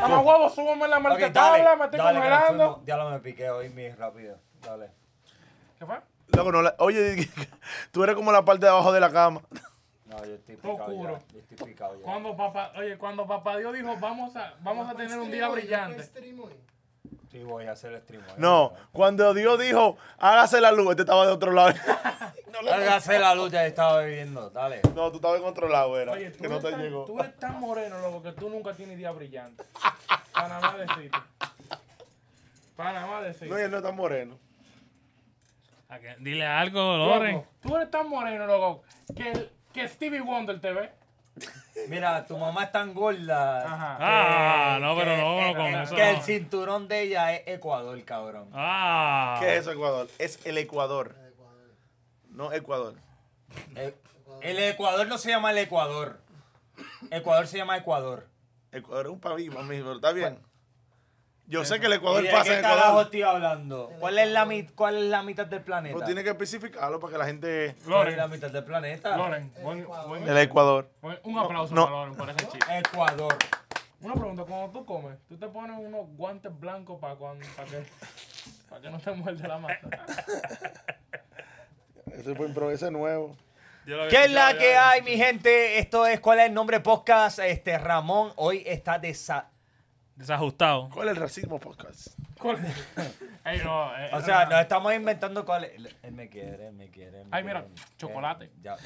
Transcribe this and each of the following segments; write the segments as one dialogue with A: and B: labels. A: Mamá huevo, súbame la maldita
B: Ok,
A: tabla, me estoy
B: dale, que nos
A: congelando.
B: fuimos. Diablo, me piqué hoy, mi rápido. Dale.
A: ¿Qué fue?
C: Loco, no la- Oye, tú eres como la parte de abajo de la cama.
B: No, yo estoy picado
A: Oscuro.
B: ya. Yo estoy picado ya.
A: Cuando papá, oye, cuando papá Dios dijo, vamos a, vamos a tener un día brillante.
B: Sí, voy a hacer el stream. hoy.
C: No, cuando Dios dijo, hágase la luz, este estaba de otro lado.
B: Hágase la luz, ya estaba bebiendo. Dale.
C: No, tú estabas en otro lado, era.
A: Oye, tú,
C: que no
A: eres
C: te
A: tan,
C: llegó.
A: tú eres tan moreno, loco, que tú nunca tienes día brillante. Panamá decirte. Panamá decirte.
C: No, y él no está moreno.
D: ¿A qué? Dile algo,
A: Loco,
D: Loren.
A: Tú eres tan moreno, loco, que, que Stevie Wonder te ve.
B: Mira, tu mamá es tan gorda.
A: Ajá.
B: que-
D: Ah, no, pero
B: que-
D: no,
B: que-
D: con
B: que
D: eso
B: Que
D: no.
B: el cinturón de ella es Ecuador, cabrón.
D: Ah.
C: ¿Qué es eso, Ecuador? Es el Ecuador. No Ecuador.
B: El, Eh, el Ecuador no se llama el Ecuador. Ecuador se llama Ecuador.
C: Ecuador es un país, mami, pero está bien. Yo sé que el Ecuador
B: ¿Y de
C: pasa
B: qué
C: en
B: carajo
C: Ecuador.
B: estoy hablando? ¿Cuál es la, mit- cuál es la mitad del planeta?
C: Pues tiene que especificarlo para que la gente.
B: ¿Cuál es
A: Loren,
B: la mitad del planeta?
A: Loren, buen- buen-
C: El Ecuador.
A: buen- un aplauso
C: No.
A: para Loren por ese chiste.
B: Ecuador.
A: Una pregunta, cuando tú comes, ¿tú te pones unos guantes blancos para cuando, para que, para que no te muerde la mano?
C: Ese fue improviso nuevo.
D: Yo lo había
B: ¿Qué es
D: escuchado
B: la
D: ya.
B: que hay, mi gente? Esto es ¿Cuál es el nombre podcast? Este Ramón hoy está desa...
D: Desajustado.
C: ¿Cuál es el racismo podcast?
A: Ey, no, eh,
B: O sea,
A: no,
B: nos estamos inventando cuál es. Él me quiere, él me quiere. él me
A: Ay, mira,
B: quiere.
A: chocolate.
B: Eh, ya.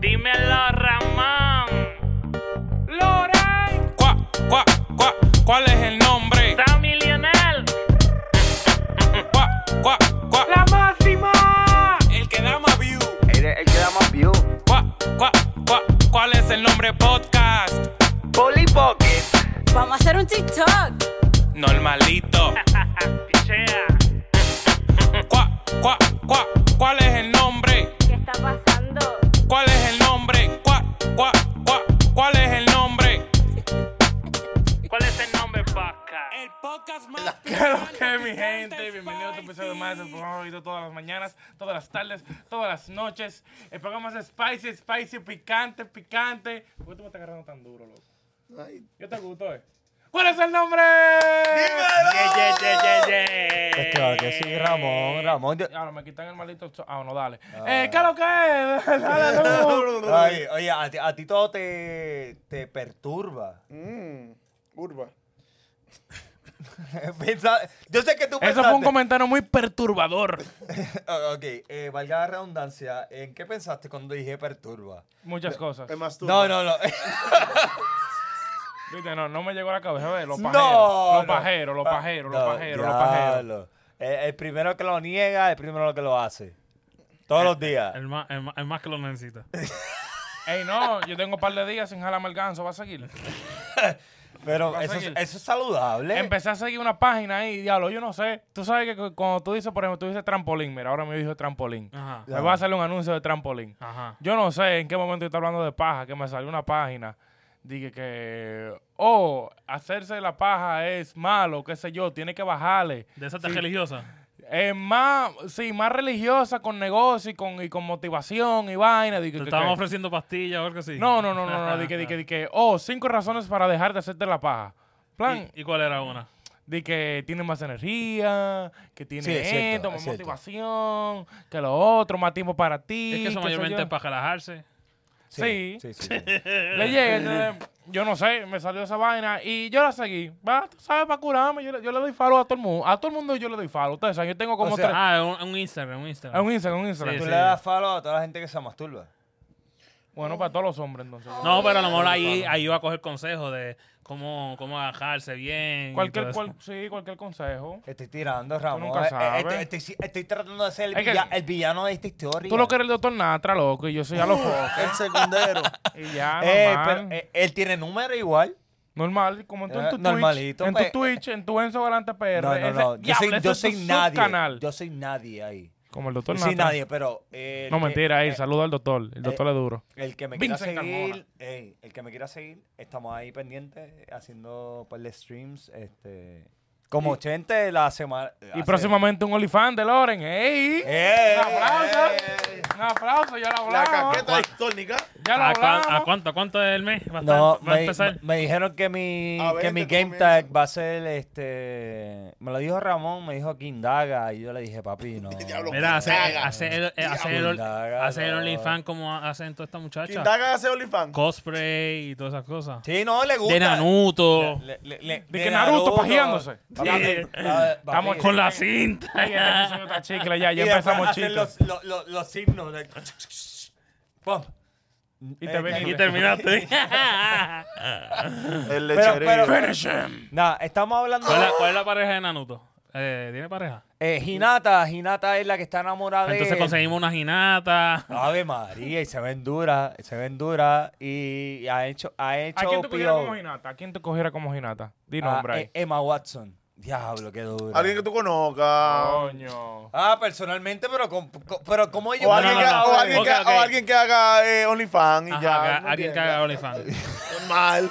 E: Dímelo, Ramón. Loray,
F: Cuá, cuá, cuá, ¿cuál es el nombre?
E: Sammy Lionel,
F: Cuá, cuá, cuá,
E: la máxima.
F: el que da más view.
G: Eres el que da más view.
F: Cuá, cuá, cuá, ¿cuál es el nombre podcast?
G: Polly Pocket.
H: Vamos a hacer un TikTok.
F: Normalito.
E: Pichea.
F: Cuá, cuá, cuá, ¿cuál es el nombre?
H: ¿Qué está pasando?
F: ¿Cuál es el nombre? Cuá, cuá, cuá, ¿cuál es el nombre?
E: ¿Cuál es el nombre, Paca?
F: El podcast más
A: ¿Qué es lo que es, mi gente? Bienvenido a otro episodio más del programa oído todas las mañanas, todas las tardes, todas las noches. El programa es spicy, spicy, picante, picante. ¿Por qué tú me estás agarrando tan duro, loco? Yo te gusto, eh. ¿Cuál es el nombre?
B: Pues claro que sí, Ramón, Ramón. yo-
A: Ahora me quitan el maldito. cho- Ah, no, dale. Eh, ¿Qué es lo que es? Dale, luz.
B: Ay, oye, a ti, a ti todo te, te perturba.
C: Mm, urba.
B: Pensa- yo sé que tú
A: Eso fue un
B: pensaste-
A: comentario muy perturbador.
B: Ah, Ok, eh, valga la redundancia, ¿en qué pensaste cuando dije perturba?
A: Muchas cosas.
C: Es más tú.
B: No, no, no.
A: Viste, no, no me llegó a la cabeza. ve, Los
B: No,
A: pajeros, los
B: no.
A: pajeros, los
B: Pa-
A: pajeros, los
B: no,
A: pajeros, los pajeros.
B: diablo. Eh, el primero que lo niega, el primero que lo hace.
A: Eh,
B: Todos los días.
D: El más, el más- el más que lo necesita.
A: Ey, no, yo tengo un par de días sin jalarme el ganso. ¿Va a seguir?
B: Pero
A: vas a
B: eso, es-
A: seguir.
B: eso es saludable.
A: Empecé a seguir una página ahí, diablo, yo no sé. Tú sabes que cu- cuando tú dices, por ejemplo, tú dices trampolín, mira, ahora me dijo trampolín.
D: Ajá.
A: Me va a salir un anuncio de trampolín.
D: Ajá.
A: Yo no sé en qué momento yo estaba hablando de paja, que me salió una página. Dije que, oh, hacerse la paja es malo, qué sé yo, tiene que bajarle.
D: De esa religiosa.
A: Es más, sí, más religiosa con negocio y con, y con motivación y vaina. Dije, que-
D: Te estaban
A: que-
D: ofreciendo pastillas o algo así.
A: no, no, no, no, no, dije, dije, dije, oh, cinco razones para dejar de hacerte la paja. Plan,
D: ¿Y, y cuál era una?
A: de que tiene más energía, que tiene
B: Sí, es cierto,
A: esto,
B: es
A: más
B: cierto.
A: motivación, que lo otro, más tiempo para ti.
D: Es que eso
A: qué sé
D: mayormente
A: yo.
D: es para relajarse.
A: Sí.
B: sí, sí.
A: Le llega, entonces, yo no sé, me salió esa vaina y yo la seguí. Va, tú sabes, para curarme, yo le, yo le doy follow a todo el mundo. A todo el mundo yo le doy follow. Ustedes saben, yo tengo como
B: O sea, ah.
A: tres.
D: Ah, un, un Instagram, un
A: Es
D: Instagram.
A: un Instagram, un Instagram.
B: Tú
D: Sí.
B: le das follow a toda la gente que se masturba.
A: Bueno, para todos los hombres, entonces.
D: No, pero a lo mejor ahí, ahí va a coger consejos de cómo, cómo agajarse bien. y todo
A: Cualquier,
D: eso.
A: cual, sí, cualquier consejo.
B: Estoy tirando, Ramón.
A: nunca
B: Eh, eh,
A: sabes.
B: Estoy, estoy- estoy tratando de ser el,
A: Es que-
B: villa- el villano de esta historia.
A: Tú lo que eres el doctor Natra, loco, y yo soy a los focos.
C: El secundero.
A: Y ya,
B: Eh,
A: normal.
B: pero, eh, él tiene número igual.
A: Normal, como tú en
B: Eh,
A: tu
B: normalito,
A: Twitch, en
B: pues.
A: tu Twitch, en tu Enzo Galante PR.
B: No, no,
A: ese-
B: no. Yo
A: diablo,
B: soy, yo
A: ese es
B: soy
A: tu
B: nadie.
A: subcanal.
B: Yo soy nadie ahí.
A: Como el doctor
B: Yo soy
A: Nathan.
B: nadie, pero. eh, el
A: No,
B: que-
A: mentira, ahí,
B: eh,
A: saludo al doctor. El doctor es duro.
B: El que me quiera
A: Vincent
B: seguir,
A: Carmona.
B: ey, el que me quiera seguir, estamos ahí pendientes haciendo un par de streams. Este, Como 80 la ¡Eh! semana.
A: Y próximamente un olifán de Loren. ¡Ey!
B: ¡Ey!
A: ¡Un aplauso! ¡Un aplauso! Ya lo
C: La
A: hablamos.
C: caqueta distónica.
A: Ya lo
D: ¿A, cuán-
A: hablamos.
D: a cuánto? ¿A cuánto es el mes? ¿Va a, estar-
B: No,
D: va a
B: me,
D: empezar?
B: me dijeron que mi,
C: A ver, este
B: que mi
C: te
B: game
C: comienza.
B: tag va a ser este. Me lo dijo Ramón, me dijo Kindaga. Y yo le dije, papi, no.
C: Diablo,
D: Mira, hace,
C: Kindaga.
D: hace el, eh, hace el,
B: Kindaga,
D: hace el
B: no.
D: OnlyFans como hacen todas estas muchachas.
C: Quindaga hace OnlyFans.
D: Cosplay y todas esas cosas.
B: Sí, no, le gusta.
D: De Nanuto.
B: Le- le- le-
A: De que Naruto pajeándose.
B: Papi,
D: Sí.
B: pa-
A: Estamos
B: papi.
D: Con la cinta.
A: Ay, este episodio está chicle ya,
B: Y
A: ya
B: después
A: empezamos
B: hacer
A: chicle.
B: los, los, los, los signos. de- Pum.
A: Y te ven
D: Y terminaste.
C: El
B: Pero, pero,
C: lecherero.
B: Nah, estamos hablando
D: ¿Cuál, es la, cuál es la pareja de Nanuto? Eh, ¿Tiene pareja?
B: Eh, Hinata, Hinata es la que está enamorada
D: Entonces
B: de él.
D: conseguimos una ginata.
B: Ave María, y se ven duras, se ven duras. Y, y ha hecho, ha hecho
A: ¿A quién tú cogieras
B: PO.
A: como Hinata? ¿A quién tú cogieras como Hinata? Di
B: Ah,
A: nombre ahí.
B: eh, Emma Watson. Diablo, qué dura.
C: Alguien que tú conozcas.
A: Coño.
B: Ah, personalmente, pero, con- con- pero como ellos...
C: O alguien
D: no,
C: que-
D: no.
C: o alguien que-
D: Ok, ok.
C: o alguien que haga eh, OnlyFans y
D: Ajá,
C: ya.
D: que- alguien que haga OnlyFans.
C: Mal.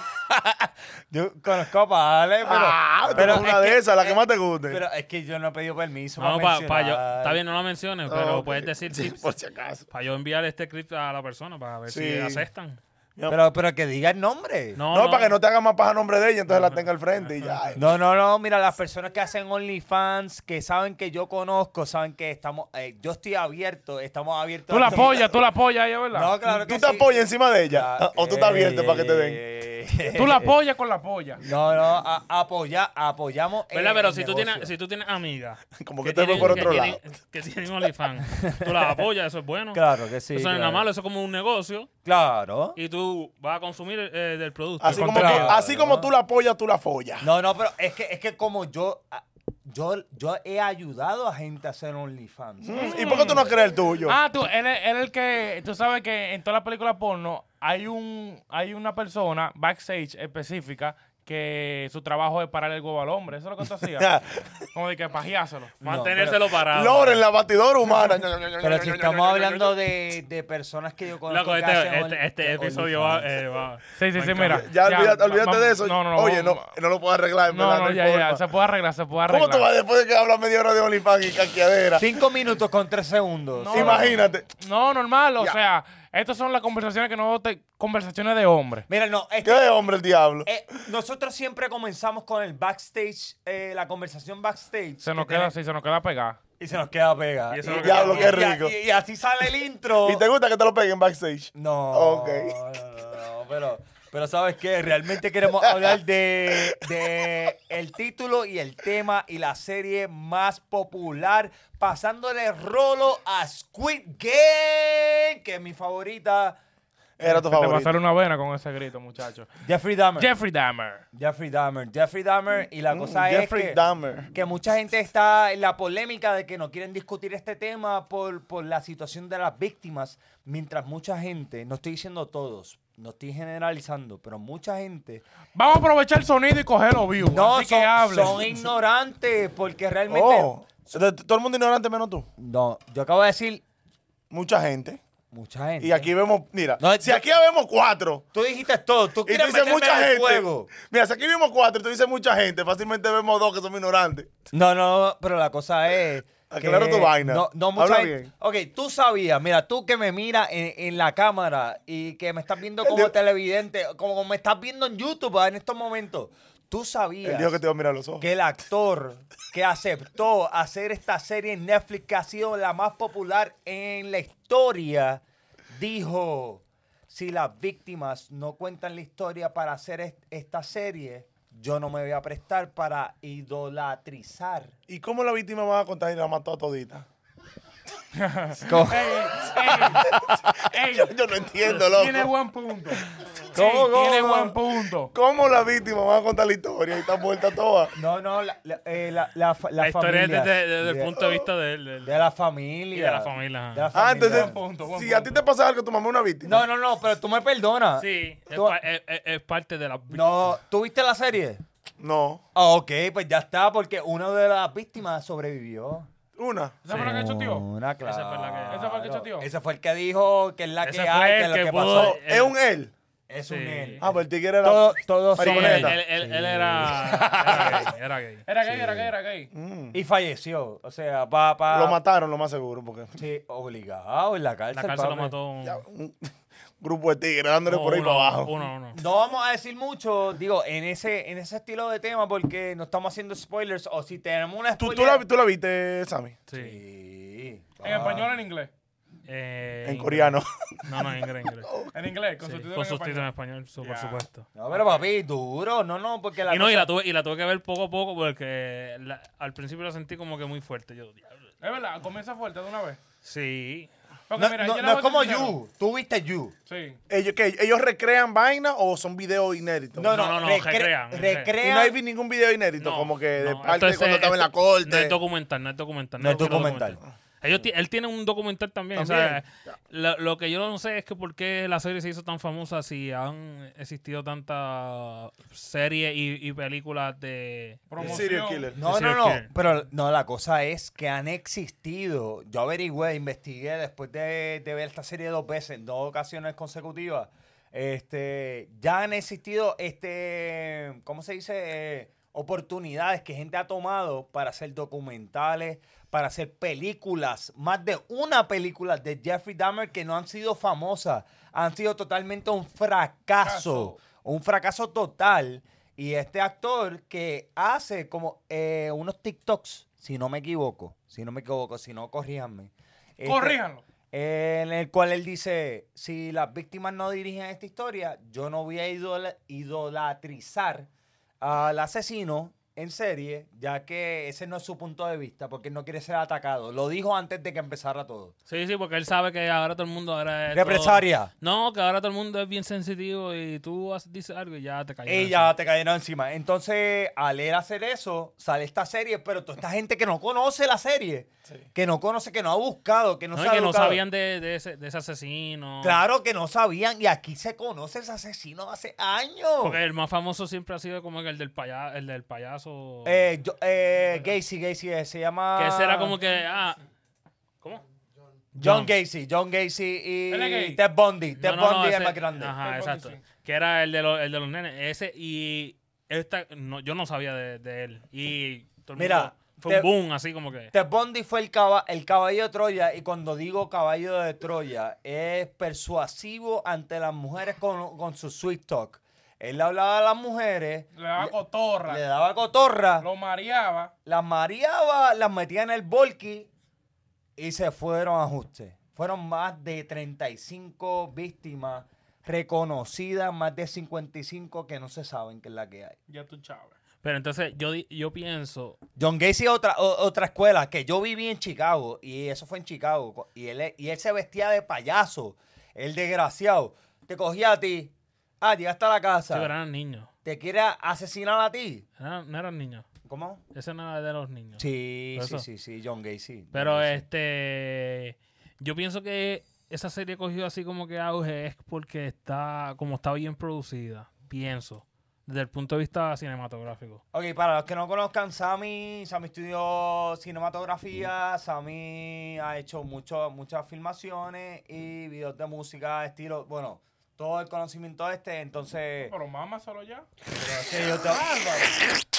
B: Yo conozco a Pale, pero... eh,
C: Ah, pero una de esas, la que más te guste.
B: Pero es que yo no he pedido permiso
D: No,
B: para
D: pa, pa yo, está bien, no la menciones, pero
C: Ok.
D: puedes decir tips
C: Por si acaso.
D: para yo enviar este clip a la persona para ver si
C: Sí.
D: aceptan.
B: Pero, pero que diga el nombre.
D: No,
C: No, para que no te haga más paja a nombre de ella, entonces la tenga al frente y ya.
B: No, no, no, mira, las personas que hacen OnlyFans, que saben que yo conozco, saben que estamos, eh, yo estoy abierto, estamos abiertos.
A: Tú la
B: a-
A: apoyas, tú la apoyas ella, ¿verdad?
B: No, claro que
C: ¿Tú te
B: sí.
C: apoyas encima de ella?
B: Ah,
C: ¿O tú estás
B: eh,
C: abierto para que te den?
B: eh,
A: Tú la apoyas con la polla.
B: No, no, a- apoya, apoyamos.
D: ¿Verdad?
B: el
D: Pero si tú,
B: negocio.
D: tienes, si tú tienes amigas
C: Como que te ve
D: tienen-
C: por otro
D: que
C: lado.
D: tienen- que tienen OnlyFans, tú las apoyas, eso es bueno.
B: Claro que sí.
D: eso no es
B: claro.
D: nada malo, eso es como un negocio
B: Claro.
D: y tú vas a consumir eh, del producto.
C: Así como, que,
B: contrario.
C: así como tú la apoyas, tú la follas.
B: No, no, pero es que, es que como yo, ah, yo, yo he ayudado a gente a hacer OnlyFans.
C: Mm, ¿Y por qué tú no crees el tuyo?
A: Ah, tú, él es él es el que, tú sabes que en todas las películas porno hay un hay una persona backstage específica que su trabajo es parar el huevo al hombre. Eso es lo que tú hacías. Como de que pajeáselo.
D: Mantenérselo parado.
C: Loren, la batidora humana.
B: Pero si estamos hablando de, de personas que yo conozco.
D: Loco,
B: que hacen
D: este, este,
B: only-
D: este episodio va,
B: OnlyFans.
D: eh, va-
A: Sí, sí, sí, mira.
C: Ya, olvídate,
A: va-
C: olvídate
A: vamos-
C: de eso.
A: No, no, no.
C: Oye, no,
A: vamos-
C: no lo puedo arreglar, en
A: No,
C: verdad,
A: no,
C: hay
A: ya, ya.
C: forma.
A: Se puede arreglar, se puede arreglar.
C: ¿Cómo tú vas después de que hablas media hora de OnlyFans y caqueadera?
B: Cinco minutos con tres segundos.
A: No,
C: Imagínate.
A: No, normal, o
C: Ya.
A: sea, estas son las conversaciones que no te- conversaciones de hombre.
B: Mira, no, este-
C: ¿Qué de hombre el diablo?
B: eh, nosotros siempre comenzamos con el backstage, eh, la conversación backstage.
A: Se nos
B: que
A: queda
B: tenemos-
A: así, se nos queda pegada.
B: Y se nos queda pegada.
D: Y eso es lo que
C: Diablo, qué
D: tenemos.
C: rico.
B: Y, y así sale el intro.
C: ¿Y te gusta que te lo peguen backstage?
B: No.
C: Ok.
B: No, no, no, pero, pero ¿sabes qué? Realmente queremos hablar de, de el título y el tema y la serie más popular, pasándole rolo a Squid Game, que es mi favorita.
C: Era tu
A: Se te va a
C: favorito.
A: salir una vena con ese grito, muchacho.
B: Jeffrey Dahmer.
A: Jeffrey Dahmer.
B: Jeffrey Dahmer. Jeffrey Dahmer. Y la cosa es
C: Mm, Jeffrey
B: que,
C: Dahmer.
B: que mucha gente está en la polémica de que no quieren discutir este tema por, por la situación de las víctimas, mientras mucha gente, no estoy diciendo todos, no estoy generalizando, pero mucha gente...
A: Vamos a aprovechar el sonido y coger los views.
B: No,
A: así que
B: son,
A: hablen.
B: son ignorantes porque realmente...
C: Oh, de- todo el mundo ignorante menos tú.
B: No, yo acabo de decir
C: Mucha gente.
B: mucha gente.
C: Y aquí vemos, mira,
B: No,
C: si
B: yo-
C: aquí vemos cuatro
B: Tú dijiste todo, tú
C: y tú
B: quieres
C: dices
B: meterme
C: mucha
B: en el
C: gente.
B: fuego.
C: Mira, si aquí vemos cuatro y tú dices mucha gente, fácilmente vemos dos que son ignorantes.
B: No, no, pero la cosa es.
C: Aclara tu vaina.
B: No, no mucha
C: Habla
B: gente-
C: bien.
B: Ok, tú sabías, mira, tú que me miras en, en la cámara y que me estás viendo como
C: dijo-
B: televidente, como, como me estás viendo en YouTube ah, en estos momentos, tú
C: Él
B: sabías
C: dijo que te iba a mirar los ojos.
B: que el actor que aceptó hacer esta serie en Netflix, que ha sido la más popular en la historia, dijo, si las víctimas no cuentan la historia para hacer est- esta serie, yo no me voy a prestar para idolatrizar.
C: ¿Y cómo la víctima va a contar y la mató a todita?
A: Ey,
C: Yo, yo no entiendo, loco.
A: tiene buen punto.
C: ¿Cómo,
A: Ey,
C: cómo,
A: tiene
C: cómo?
A: buen punto.
C: ¿Cómo la víctima va a contar la historia y está muerta toda?
B: No, no, la, la, eh, la, la, fa-
D: La
B: la
D: historia es
B: familia.
D: desde, desde el
B: De-
D: punto de vista de él. del-
B: De la familia.
D: Y de la familia, ajá.
B: De la
C: Ah,
B: familia.
C: entonces,
A: punto, buen
C: si a ti te pasa algo, tu mamá es una víctima.
B: No, no, no, pero tú me perdonas.
D: Sí, es,
B: Tú-
D: pa- es- es- es parte de la...
B: No, ¿tú viste la serie?
C: No.
B: Ah, ok, pues ya está, porque una de las víctimas sobrevivió.
C: Una.
A: ¿Esa fue la que hecho tío?
B: Una, claro.
D: Esa fue la que-
A: esa fue la que choteó.
B: Ese fue el que dijo que es la
D: Ese
B: que
D: fue
B: hay, que
D: el
B: es lo
D: que
B: que
D: pudo-
B: pasó.
D: Eh,
C: Es un él.
I: Es un
D: Sí.
I: nene.
C: Ah, pues el tigre era.
B: Todo- todos
D: Sí, él,
B: son
C: Mariconeta.
D: él, él- él era, era gay. Era gay.
A: Era gay, era gay, era gay.
C: Mm.
B: Y falleció. O sea, va para.
C: Lo mataron, lo más seguro, porque.
B: Sí, obligado en la
D: En
B: cárcel.
D: La cárcel lo
B: papi.
D: mató un,
C: Un grupo de tigres dándole por ahí
D: uno,
C: para abajo.
D: Uno, uno.
B: No vamos a decir mucho, digo, en ese, en ese estilo de tema, porque no estamos haciendo spoilers. O si tenemos una
C: ¿Tú,
B: spoiler.
C: tú, la, tú la viste, Sammy?
D: Sí.
B: Sí.
A: ¿En español o en inglés?
D: Eh,
C: En coreano. Oh,
D: No, no, en inglés. en inglés.
A: En inglés, con
D: Sí,
A: subtítulos en
D: Con
A: español.
D: subtítulos en español, su- por
A: Ya.
D: supuesto.
B: No, pero papi, duro. No, no, porque la.
D: Y no, y
B: cosa-
D: la tuve, y la tuve que ver poco a poco porque la- al principio la sentí como que muy fuerte. Yo, diablo.
A: Es verdad, comienza fuerte de una vez.
D: sí.
A: Porque
B: No,
A: mira,
B: no,
A: yo
B: no
A: le
B: es
A: voy a
B: como
A: ser sincero.
B: You. Tú viste You.
A: Sí.
C: ¿Ellos, qué? ¿Ellos recrean vaina o son videos inéditos?
B: No, no,
D: No, no, no,
B: recre-
D: recrean,
C: Y no hay
B: Recrean.
C: vi- ningún video inédito,
D: No,
C: como que de
D: no,
C: parte de
D: entonces,
C: cuando estaba en la
D: esto-
C: corte.
D: No es documental, no es documental.
B: No es
D: quiero
B: documental.
D: Ellos ti- él tiene un documental también. o sea, lo, lo que yo no sé es que por qué la serie se hizo tan famosa si han existido tantas series y, y películas de...
A: Promoción.
C: Serial killer.
B: No,
D: Sí,
B: no,
D: sí,
B: no.
D: que-
B: Pero no, la cosa es que han existido. Yo averigüé, investigué después de, de ver esta serie dos veces, en dos ocasiones consecutivas. Este, ya han existido, este, ¿cómo se dice? Eh, oportunidades que gente ha tomado para hacer documentales, para hacer películas, más de una película de Jeffrey Dahmer que no han sido famosas, han sido totalmente un fracaso, un fracaso total. Y este actor que hace como eh, unos TikToks, si no me equivoco, si no me equivoco, si no, corríjanme. Este,
A: Corríjanlo.
B: en el cual él dice, si las víctimas no dirigen esta historia, yo no voy a idola- idolatrizar al asesino en serie, ya que ese no es su punto de vista, porque él no quiere ser atacado. Lo dijo antes de que empezara todo.
D: Sí, sí, porque él sabe que ahora todo el mundo ahora es...
B: Represaria.
D: todo- no, que ahora todo el mundo es bien sensitivo y tú haces- dices algo y ya te caes.
B: Ella te cayeron encima. Entonces, al él hacer eso, sale esta serie, pero toda esta gente que no conoce la serie, que no conoce, que no ha buscado, que no,
D: No,
B: se
D: y
B: ha
D: que no
B: educado.
D: sabían de, de ese, de ese asesino.
B: Claro que no sabían, y aquí se conoce ese asesino hace años.
D: Porque el más famoso siempre ha sido como que el del, paya- el del payaso.
B: Eh, yo- eh, Gacy, Gacy, eh, se llama.
D: que ese era como que. Ah, ¿Cómo?
B: John Gacy, John Gacy y
A: Él es gay.
B: Ted Bundy. Ted
D: No, no, no,
B: Bundy es
D: ese-
B: más grande.
D: Ajá,
A: Ted Bundy,
D: exacto.
A: sí.
D: Que era el de, los, el de los nenes. Ese y. Esta, no, yo no sabía de, de él. Y todo el
B: Mira,
D: mundo- Fue
B: te-
D: un boom, así como que.
B: Ted Bundy fue el, caba- el caballo de Troya, y cuando digo caballo de Troya, es persuasivo ante las mujeres con, con su sweet talk. Él le hablaba a las mujeres,
A: Le daba cotorra.
B: le daba cotorra,
A: Lo mareaba.
B: las mareaba, las metía en el volky y se fueron a ajuste. Fueron más de 35 víctimas reconocidas, más de 55 que no se saben que es la que hay.
A: Ya tú sabes.
D: Pero entonces yo, di- yo pienso.
B: John Gacy es otra, o- otra escuela que yo viví en Chicago y eso fue en Chicago. co- Y él, y él se vestía de payaso, el desgraciado. Te cogía a ti, ah, llegaste a la
D: Sí, pero
B: casa,
D: eran niños.
B: te quiere asesinar a ti.
D: Eran- no eran niños.
B: ¿Cómo?
D: Ese no era de los niños.
B: Sí,
D: Por
B: sí,
D: eso.
B: sí, sí, John Gacy. John
D: Pero
B: Gacy.
D: este. Yo pienso que esa serie cogió así como que auge es porque está. Como está bien producida. Pienso. Desde el punto de vista cinematográfico.
B: Ok, para los que no conozcan, Sammy, Sammy estudió cinematografía, Sammy ha hecho mucho, muchas filmaciones y videos de música, estilo, bueno, todo el conocimiento este, entonces...
A: Pero mamá solo ya.
B: que yo te-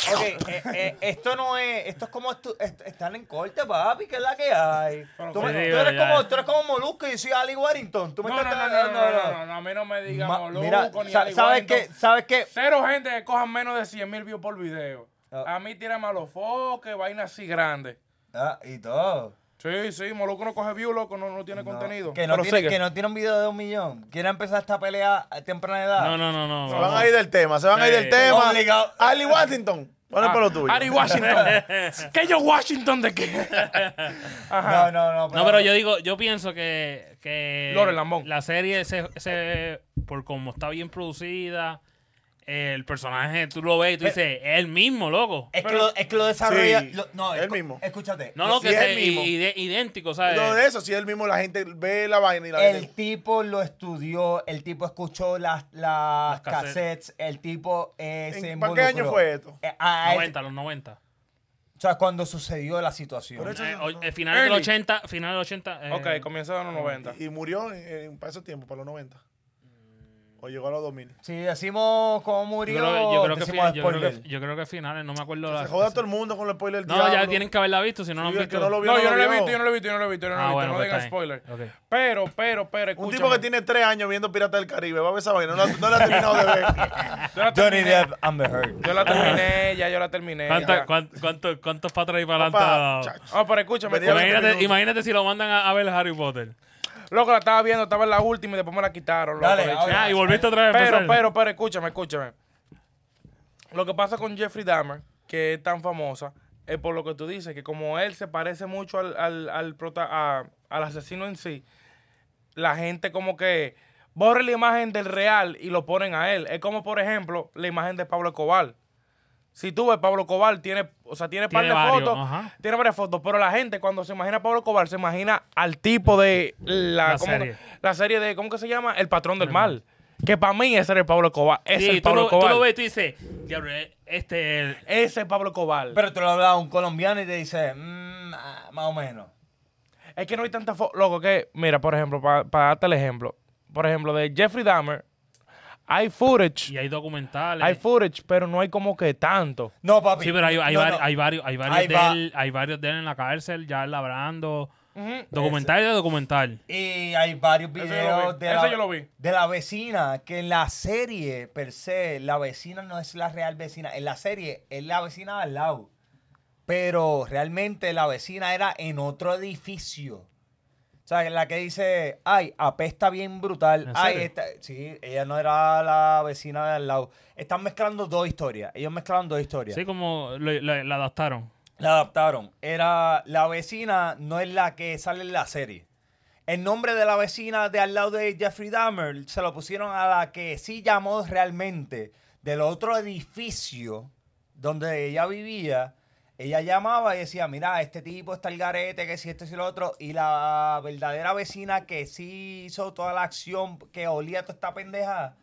B: Ok, eh, eh, esto no es, esto es como estu- est- están en corte, papi, que es la que hay. Tú, me-
D: Sí,
B: tú eres
D: pero ya
B: como,
D: es.
B: tú eres como Molusco y yo soy Ali Warrington. Tú
A: No,
B: me
A: no,
B: estás
A: no, no, no,
B: tratando-
A: no, no, no, no, a mí no me digas
B: Ma-
A: Molusco
B: mira,
A: ni
B: sa-
A: Ali
B: ¿sabes
A: Wellington.
B: qué? ¿Sabes qué?
A: Cero gente que cojan menos de 100 mil views por video.
B: Ah.
A: A mí tira malos foques, vainas así grandes.
B: Ah, y todo.
A: Sí, sí, Molusco no coge views, loco, no, no tiene
B: No,
A: contenido.
B: Que no, tiene,
A: Prosigue.
B: que no tiene un video de un millón. Quiere empezar esta pelea a temprana edad.
D: No, no, no, no.
C: Se
D: vamos.
C: van a ir del tema, se van a ir del
D: Sí. Ah,
C: tema.
B: Obligado.
C: Ali Washington, pon el pelo tuyo.
A: Ari Washington. ¿Qué yo Washington de qué?
B: no, no, no.
D: No, pero yo digo, yo pienso que, que
A: Lore Lambón.
D: la serie, se, se- por como está bien producida, el personaje tú lo
C: Eh,
D: ves y tú dices, es el mismo, loco.
B: Es que, lo, es que lo desarrolla.
C: Sí,
B: lo- no,
C: él
B: escu-
C: mismo.
B: Escúchate.
D: No, no,
C: Sí,
D: que
C: es
D: es
C: el mismo.
D: idéntico, ¿sabes?
C: Lo de eso, si él mismo la gente ve la vaina y la
B: El
C: gente-
B: tipo lo estudió, el tipo escuchó las, las
D: Las
B: cassettes,
D: cassettes.
B: el tipo eh,
C: ¿En-
B: se
C: ¿Para qué
B: involucró.
C: año fue esto?
B: Eh, a-
C: este
B: a-
D: 90, los 90.
B: o sea, cuando sucedió la situación.
C: Por eso-
D: Eh, o- eh, final del
A: Early.
D: 80, final del 80. eh,
B: Ah,
A: ok, comienza en los 90.
C: Y murió en- en- para esos tiempos, para los 90. O llegó a los 2000.
B: Si decimos cómo
D: Yo
B: murió,
D: creo, yo creo que,
B: decimos
D: fi- yo creo que-
B: spoiler.
D: yo creo que finales, no me acuerdo.
C: Se
D: la-
C: joda todo el mundo con el spoiler del
D: no,
C: diablo.
D: ya tienen que haberla visto, si no, no han
C: Sí, el que
D: visto.
C: no lo vio,
A: No, yo no lo he
C: vio.
A: visto, yo no lo he visto, yo no lo he visto, yo no
D: Ah,
A: lo he
D: bueno,
A: visto. No
D: pues
A: digan
D: está bien.
A: spoiler.
D: Ok.
A: Pero, pero, pero,
C: Un tipo que
A: escúchame.
C: tiene tres años viendo Piratas del Caribe. Va a ver esa vaina. No, la- no la ha terminado de ver.
A: Yo la
B: Johnny
A: terminé,
B: Depp, Amber Heard.
A: yo la terminé, ya yo la terminé.
D: ¿Cuánta-
A: ya.
D: cuán- cuánto- ¿Cuántos para atrás y para
C: Papá,
D: adelante?
C: chacho.
A: No, pero escúchame.
C: Venía-
A: escúchame.
D: Imagínate,
C: minutos.
D: imagínate si lo mandan a, a ver Harry Potter.
A: Loco, la estaba viendo, estaba en la última y después me la quitaron. loco,
B: Dale,
A: de hecho.
B: ahora.
D: Ah, y volviste otra vez a
A: Pero,
D: empezar.
A: pero, pero, escúchame, escúchame. Lo que pasa con Jeffrey Dahmer, que es tan famosa, es por lo que tú dices, que como él se parece mucho al, al, al prota- a- al asesino en sí, la gente como que borra la imagen del real y lo ponen a él. Es como, por ejemplo, la imagen de Pablo Escobar. Si tú ves, Pablo Escobar tiene, o sea, tiene, par
D: Tiene
A: de
D: varios,
A: fotos,
D: ajá.
A: tiene varias fotos, pero la gente cuando se imagina a Pablo Escobar se imagina al tipo de la,
D: La
A: ¿cómo-
D: serie.
A: la serie de, ¿cómo que se llama? El patrón del mal. Que para mí ese era el Pablo Escobar. Ese
D: Sí,
A: es el
D: tú,
A: Pablo
D: lo, tú
A: Escobar.
D: lo ves y tú dices, diablo, eh, este es el...
A: Ese es Pablo Escobar.
B: Pero te lo habla un colombiano y te dice, mm, ah, más o menos.
A: es que no hay tanta foto. Loco, que, mira, por ejemplo, para darte el ejemplo. Por ejemplo, de Jeffrey Dahmer, hay
D: Y
A: footage.
D: hay documentales.
A: Hay footage, pero no hay como que tanto.
B: No, papi.
D: Sí, pero hay, hay
B: no,
D: vari-
B: no.
D: hay varios, hay varios
B: Ahí
D: de
B: va.
D: él, hay varios de él en la cárcel, ya labrando. Documental y de documental.
B: Y hay varios
A: Ese yo lo
B: videos
A: vi.
B: de
A: Ese
B: la,
A: yo lo vi.
B: de la vecina, que en la serie, per se, la vecina no es la real vecina. En la serie es la vecina de al lado. Pero realmente la vecina era en otro edificio. O sea, la que dice, ay, apesta bien brutal.
D: ¿En
B: Ay,
D: serio?
B: esta... Sí, ella no era la vecina de al lado. Están mezclando dos historias. Ellos mezclaron dos historias.
D: Sí, como lo- la- la adaptaron.
B: La adaptaron. Era la vecina, no es la que sale en la serie. El nombre de la vecina de al lado de Jeffrey Dahmer se lo pusieron a la que sí llamó realmente del otro edificio donde ella vivía. Ella llamaba y decía, mira, este tipo está el garete, que si esto, si lo otro. Y la verdadera vecina que sí hizo toda la acción, que olía toda esta pendeja,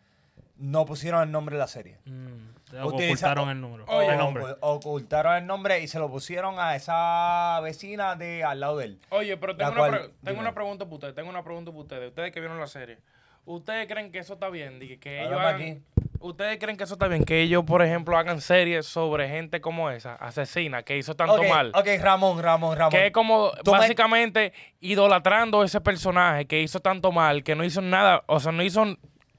B: no pusieron el nombre de la serie.
D: Mm,
B: Utiliza-
D: ocultaron el número.
B: Oye,
D: el nombre.
B: ocu- Ocultaron el nombre y se lo pusieron a esa vecina de al lado de él.
A: Oye, pero
B: La
A: tengo,
B: cual-
A: una, pre- tengo
B: dime.
A: una pregunta para ustedes. Tengo una pregunta para ustedes. Ustedes que vieron la serie. ¿Ustedes creen que eso está bien? Dije, que
B: Ahora
A: ellos
B: pa'
A: hagan-
B: aquí.
A: ¿Ustedes creen que eso está bien? Que ellos, por ejemplo, hagan series sobre gente como esa, asesina, que hizo tanto
B: Ok,
A: mal.
B: Ok, Ramón, Ramón, Ramón.
A: Que es como
B: Tú me-
A: básicamente idolatrando ese personaje que hizo tanto mal, que no hizo nada, o sea, no hizo...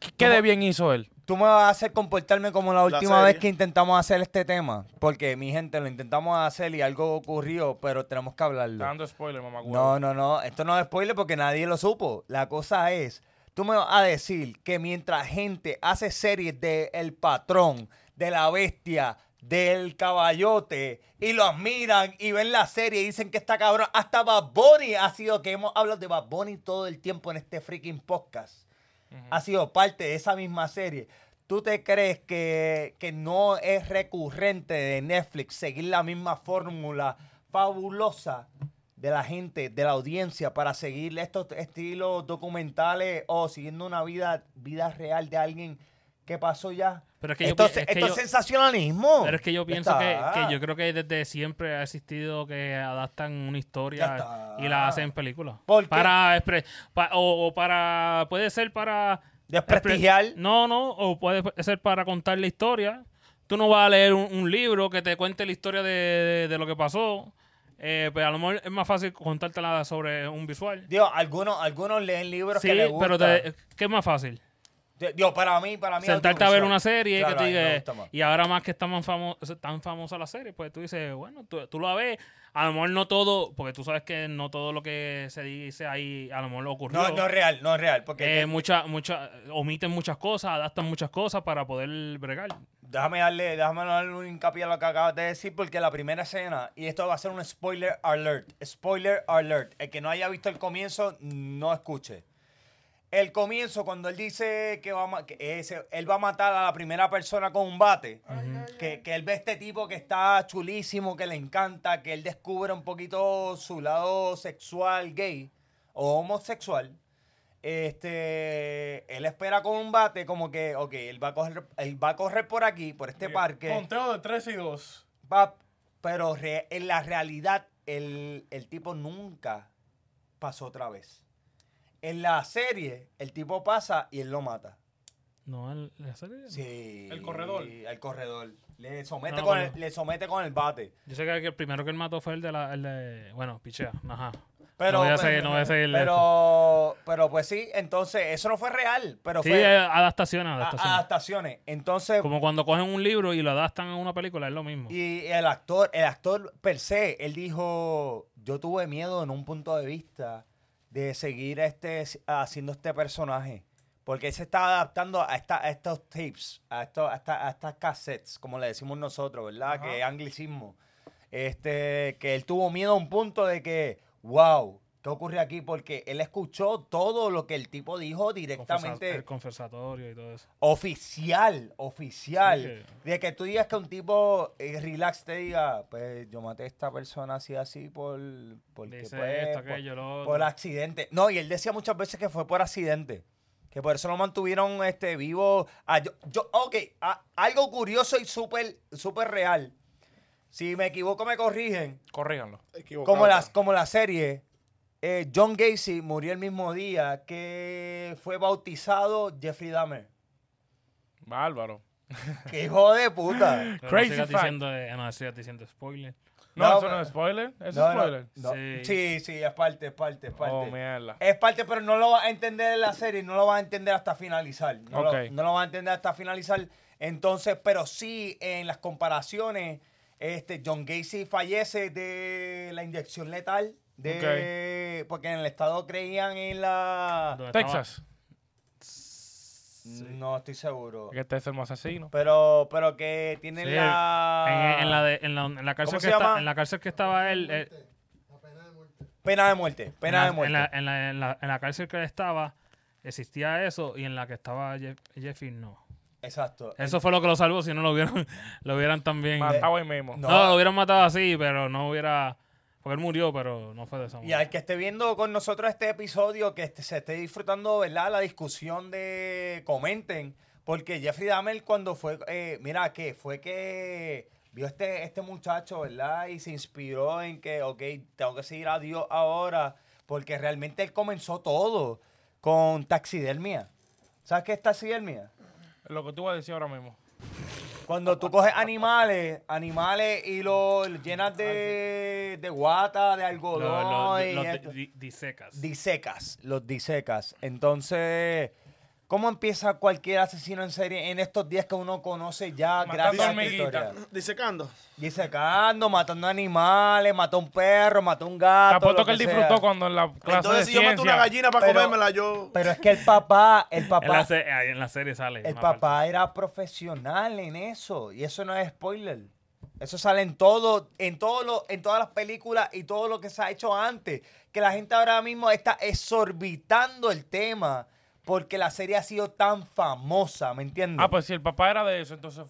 A: ¿Qué, qué de bien hizo él?
B: Tú me vas a hacer comportarme como la última
C: serie.
B: vez que intentamos hacer este tema. Porque, mi gente, lo intentamos hacer y algo ocurrió, pero tenemos que hablarlo.
A: Está dando spoiler, mamá.
B: No, no, no. Esto no es spoiler porque nadie lo supo. La cosa es, tú me vas a decir que mientras gente hace series de El Patrón, de La Bestia, del Caballote, y lo admiran y ven la serie y dicen que está cabrón. Hasta Bad Bunny ha sido, que hemos hablado de Bad Bunny todo el tiempo en este freaking podcast. Ha sido parte de esa misma serie. ¿Tú te crees que, que no es recurrente de Netflix seguir la misma fórmula fabulosa de la gente, de la audiencia, para seguir estos estilos documentales o siguiendo una vida, vida real de alguien que pasó ya?
D: Pero es que yo
B: esto
D: pi- es que
B: esto
D: yo-
B: sensacionalismo.
D: Pero es que yo pienso que,
B: Está.
D: que yo creo que desde siempre ha existido que adaptan una
B: Ya
D: historia
B: está.
D: y la hacen en película.
B: ¿Por qué?
D: Para expre- pa- o, o para puede ser para
B: Desprestigiar.
D: expre- No, no, o puede ser para contar la historia. Tú no vas a leer un, un libro que te cuente la historia de, de- de lo que pasó. Eh, pero a lo mejor es más fácil contártela sobre un visual.
B: Digo, algunos, algunos leen libros
D: Sí,
B: que les
D: pero
B: gusta.
D: te- ¿qué es más fácil?
B: Di- Digo, para mí, para mí.
D: sentarte a ver
B: audiovisual.
D: una serie
B: Claro,
D: que
B: a
D: te
B: mí me
D: diga-
B: gusta más.
D: y ahora más que está tan famosa, tan famosa la serie, pues tú dices, bueno, tú, tú la ves, a lo mejor no todo, porque tú sabes que no todo lo que se dice ahí a lo mejor lo ocurrió.
B: No, no es real, no es real. Porque
D: Eh, mucha- mucha- omiten muchas cosas, adaptan muchas cosas para poder bregar.
B: Déjame darle, déjame darle un hincapié a lo que acabas de decir, porque la primera escena, y esto va a ser un spoiler alert, spoiler alert, el que no haya visto el comienzo, no escuche. El comienzo, cuando él dice que, va a ma- que ese- él va a matar a la primera persona con un bate, que, que él ve a este tipo que está chulísimo, que le encanta, que él descubre un poquito su lado sexual gay o homosexual, este, él espera con un bate como que, ok, él va a correr, él va a correr por aquí, por este parque,
A: Conteo de 3 y 2.
B: va- pero re- en la realidad el, el tipo nunca pasó otra vez. En la serie, el tipo pasa y él lo mata.
D: No, el- la serie.
B: Sí.
A: El corredor.
B: El corredor. Le somete,
D: No,
B: con,
D: no.
B: el, le somete con el bate.
D: Yo sé que el primero que él mató fue el de la. el de- bueno, pichea. Ajá.
B: Pero,
D: no voy a seguir, no voy a seguir el-
B: pero, pero pues sí, entonces eso no fue real, pero
D: Sí,
B: fue Ah,
D: eh,
B: a-
D: adaptación, adaptación.
B: adaptaciones. Entonces,
D: Como cuando cogen un libro y lo adaptan a una película, es lo mismo.
B: y el actor, el actor per se, él dijo, yo tuve miedo en un punto de vista de seguir este, haciendo este personaje, porque él se estaba adaptando a, esta, a estos tapes, a, esto, a, esta- a estas cassettes, como le decimos nosotros, ¿verdad? Que es anglicismo. este, que él tuvo miedo a un punto de que, wow, ¿qué ocurre aquí? Porque él escuchó todo lo que el tipo dijo
D: Confesa-
B: directamente,
D: el confesatorio y todo eso.
B: oficial, oficial.
D: Sí,
B: De que tú digas que un tipo eh, relax te diga, pues yo maté a esta persona así, así, por, porque,
D: Dice
B: pues,
D: esto,
B: por-
D: aquello, lo otro.
B: por accidente. No, y él decía muchas veces que fue por accidente. Que por eso lo mantuvieron este, vivo. Ah, yo, yo- ok, ah, algo curioso y súper súper real. Si me equivoco, me corrigen.
A: Corríganlo.
C: Equivocado.
B: Como, las, como la serie, eh, John Gacy murió el mismo día que fue bautizado Jeffrey Dahmer.
A: Bárbaro.
B: ¡Qué hijo de puta!
D: Pero
A: Crazy
D: no sigas
A: fact.
D: diciendo, eh, no sigas diciendo spoiler.
A: No,
B: No,
A: eso no
B: pero-
A: es spoiler. Eso
B: No,
A: es
B: no,
A: spoiler.
B: no.
D: Sí.
B: Sí, sí, es parte, es parte, es parte.
A: Oh, mierda.
B: Es parte, pero no lo vas a entender en la serie, no lo vas a entender hasta finalizar. No,
A: Ok.
B: lo, no lo vas a entender hasta finalizar. Entonces, pero sí, en las comparaciones, este, John Gacy fallece de la inyección letal. De, Porque en el estado creían en la...
D: Donde
A: Texas.
B: No estoy seguro.
A: Que este es el más asesino.
B: Pero, pero que tienen
D: Sí,
B: la...
D: estaba- en, en la de- en la- en la cárcel
B: ¿Cómo
D: que
B: se
D: está-
B: llama?
D: en la cárcel que estaba él. eh,
B: Pena de muerte, pena de
D: en, la,
B: muerte.
D: en, la, en la- en la- en la cárcel que él estaba, existía eso y en la que estaba Jeff- Jeffy no.
B: Exacto.
D: Eso fue lo que lo salvó, si no lo hubieran, lo hubieran también. eh,
A: Matado ahí Ah, mismo.
B: No.
D: No, lo hubieran matado así, pero no hubiera. Porque él murió, pero no fue de esa
B: Y
D: manera.
B: al que esté viendo con nosotros este episodio, que este- se esté disfrutando, ¿verdad? La discusión de comenten, porque Jeffrey Dahmer cuando fue, eh, mira, que fue que vio este, este muchacho, ¿verdad? Y se inspiró en que, ok, tengo que seguir a Dios ahora, porque realmente él comenzó todo con taxidermia. ¿Sabes qué es taxidermia?
A: Lo que tú vas a decir ahora mismo.
B: Cuando tú coges animales, animales y los llenas de, de guata, de
D: Lo-
B: algodón
D: lo-
B: y
D: lo-
B: esto.
D: di- disecas.
B: Disecas, los disecas. Entonces, ¿cómo empieza cualquier asesino en serie en estos días que uno conoce ya
A: Matando
B: gracias a esta
A: hormiguitas.
B: historia?
C: Disecando.
B: Disecando, matando animales, mató a un perro, mató a un gato.
A: Te apuesto
B: Ah, lo
A: que él
B: sea.
A: disfrutó cuando en la clase
C: Entonces,
A: de
C: si yo mato una
A: ciencia-
C: gallina para
B: Pero-
C: comérmela, yo.
B: Pero es que el papá, el
D: En la,
B: papá,
D: se- ahí en la serie sale.
B: el
D: una parte.
B: papá era profesional en eso. Y eso no es spoiler. Eso sale en todo, en todo lo- en todas las películas y todo lo que se ha hecho antes. Que la gente ahora mismo está exorbitando el tema porque la serie ha sido tan famosa, ¿me entiendes?
A: Ah, pues si el papá era de eso, entonces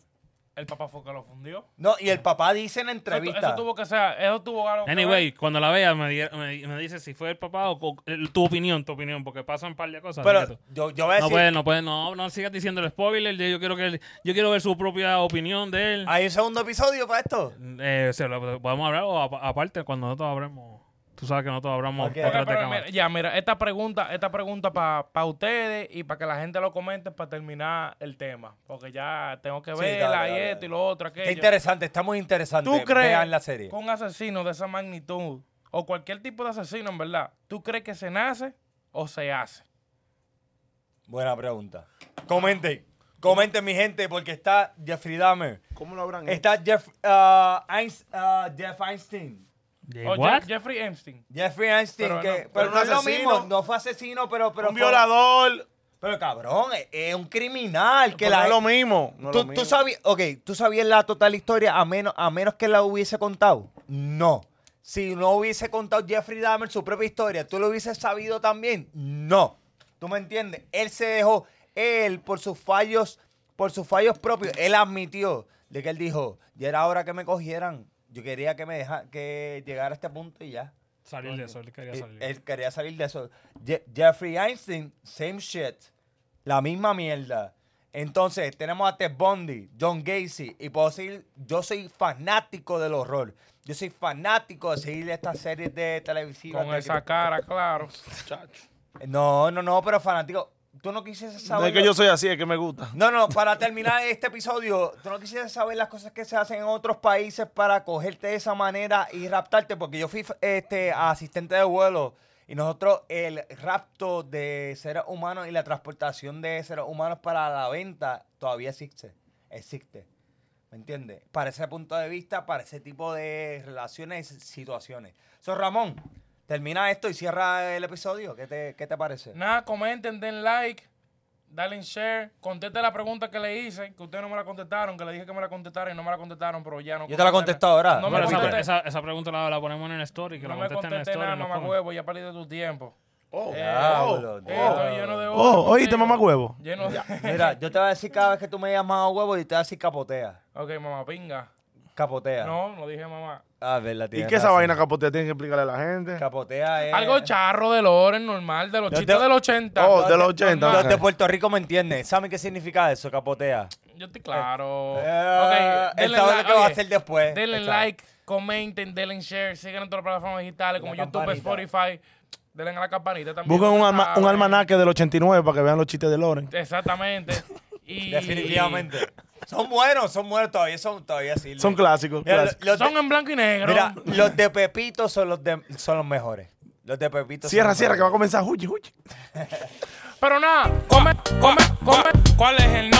A: el papá fue que lo fundió.
B: No, y el papá dice en
A: Eso, tu-
B: entrevista.
A: eh. eso tuvo que ser, eso tuvo algo que ver.
D: Anyway, cuando la veas, me, di- me, me dices si fue el papá o, co- el- tu opinión, tu opinión, porque pasan un par de cosas.
B: pero
D: fíjate.
B: yo, yo voy a
D: no
B: decir,
D: puedes, no puedes, no, no sigas diciendo el spoiler. Yo quiero que él- yo quiero ver su propia opinión de
A: Ah.
D: él.
B: ¿hay un segundo episodio para esto?
D: Eh, se lo podemos hablar o apa- aparte cuando nosotros hablemos. Tú sabes que nosotros hablamos
B: Ok.
A: Ok,
D: detrás de
A: pero
D: cámara.
A: mira, ya, mira, esta pregunta, esta pregunta para ustedes y para que la gente lo comente para terminar el tema. Porque ya tengo que
B: Sí,
A: verla
B: dale,
A: y
B: dale,
A: esto
B: dale.
A: y lo otro,
B: Está
A: aquello.
B: interesante, está muy interesante.
A: ¿Tú crees
B: Vean la serie.
A: que un asesino de esa magnitud o cualquier tipo de asesino, en verdad, ¿tú crees que se nace o se hace?
B: Buena pregunta. Comenten, comenten mi gente porque está Jeffrey Dahmer.
C: ¿Cómo lo habrán hecho?
B: Está Jeff, ah, Einst- ah, Jeff Einstein.
D: ¿De
A: O
D: Eh, what?
A: Jeff- Oh, Jeffrey Epstein.
B: Jeffrey Einstein,
A: Pero
B: que,
A: no,
B: pero
C: pero
B: no
C: no
B: es lo
C: asesino.
B: mismo, no fue asesino, pero... pero
C: un
B: fue-
C: violador.
B: Pero cabrón, es, es un criminal. Que
C: Pero
B: la,
C: no es lo mismo. No es lo
B: ¿Tú,
C: mismo.
B: tú sabías, ok, ¿tú sabías la total historia a menos, a menos que la hubiese contado? No. Si no hubiese contado Jeffrey Dahmer su propia historia, ¿tú lo hubieses sabido también? No. ¿Tú me entiendes? Él se dejó, él por sus fallos, por sus fallos propios, él admitió de que él dijo, ya era hora que me cogieran, yo quería que me deja, que llegara a este punto y ya.
D: Salir de eso, él
A: Eh,
D: quería
B: Él,
D: salir.
B: Eh, él quería salir de eso. Je- Jeffrey Einstein, same shit. La misma mierda. Entonces, tenemos a Ted Bundy, John Gacy, y puedo seguir, yo soy fanático del horror. Yo soy fanático de seguir estas series de televisivas.
A: Con
B: de-
A: esa cara, claro.
B: No, no, no, pero fanático. tú no quisieras
C: No
B: saber.
C: es que yo soy así, es que me gusta.
B: No, no, para terminar este episodio, tú no quisieras saber las cosas que se hacen en otros países para cogerte de esa manera y raptarte, porque yo fui este, asistente de vuelo y nosotros el rapto de seres humanos y la transportación de seres humanos para la venta todavía existe, existe, ¿me entiendes? Para ese punto de vista, para ese tipo de relaciones y situaciones. So, Ramón, termina esto y cierra el episodio, ¿qué te, qué te parece?
A: Nada, comenten, den like, dale en share, contesta la pregunta que le hice, que ustedes no me la contestaron, que le dije que me la contestaran y no me la contestaron, pero ya no.
B: Yo te la contesto ahora.
A: No me
D: Pero
A: la
D: esa,
A: contesté.
D: esa, esa pregunta la, la ponemos en el story, que
A: No me
D: la contesten en el
A: contesté
D: story.
A: nada,
D: en los
A: mamá
D: comments.
A: huevo, ya perdí tu tiempo.
C: Oh,
A: Eh,
B: Diablo,
A: eh,
B: diablo.
A: estoy lleno de
C: oh, oíste,
A: boteo.
C: mamá huevo.
A: Lleno de...
B: Mira, yo te voy a decir cada vez que tú me llamas a huevo y te voy a decir capotea.
A: ok, mamá, pinga.
B: Capotea.
A: No, no dije mamá.
B: Ah, verdad,
C: ¿Y
B: tienes
C: qué esa
B: razón.
C: vaina capotea tiene que explicarle a la gente?
B: Capotea es.
A: Algo charro de Loren, normal, de los
B: Yo
A: chistes
B: te-
A: del 80.
C: Eh. Oh, de los 80.
B: Los
C: ok.
B: de Puerto Rico me entienden. ¿Saben qué significa eso, capotea?
A: Yo estoy claro.
B: Eh,
A: Ok,
B: él
A: denle
B: sabe lo
A: like-
B: que va a
A: oye,
B: hacer después.
A: Denle
B: Él sabe.
A: like, comenten, denle share, sigan en todas las plataformas digitales como
B: La
A: YouTube,
B: campanita.
A: Spotify. Denle a la campanita también.
C: Busquen un,
A: ustedes
C: alma- un
A: saben.
C: almanaque del 89 para que vean los chistes de Loren.
A: Exactamente. Y
B: Definitivamente. Son buenos, son buenos todavía, son todavía sirven.
C: Son clásicos.
B: Mira,
C: clásicos.
B: los de-
A: Son en blanco y negro.
B: mira, los de Pepito son los, de, son los mejores. Los de Pepito. son
C: Cierra,
B: los
C: cierra, que va a
B: mejores.
C: comenzar. Huye, huye.
A: Pero nada,
F: Come, come, come. ¿Cuál es el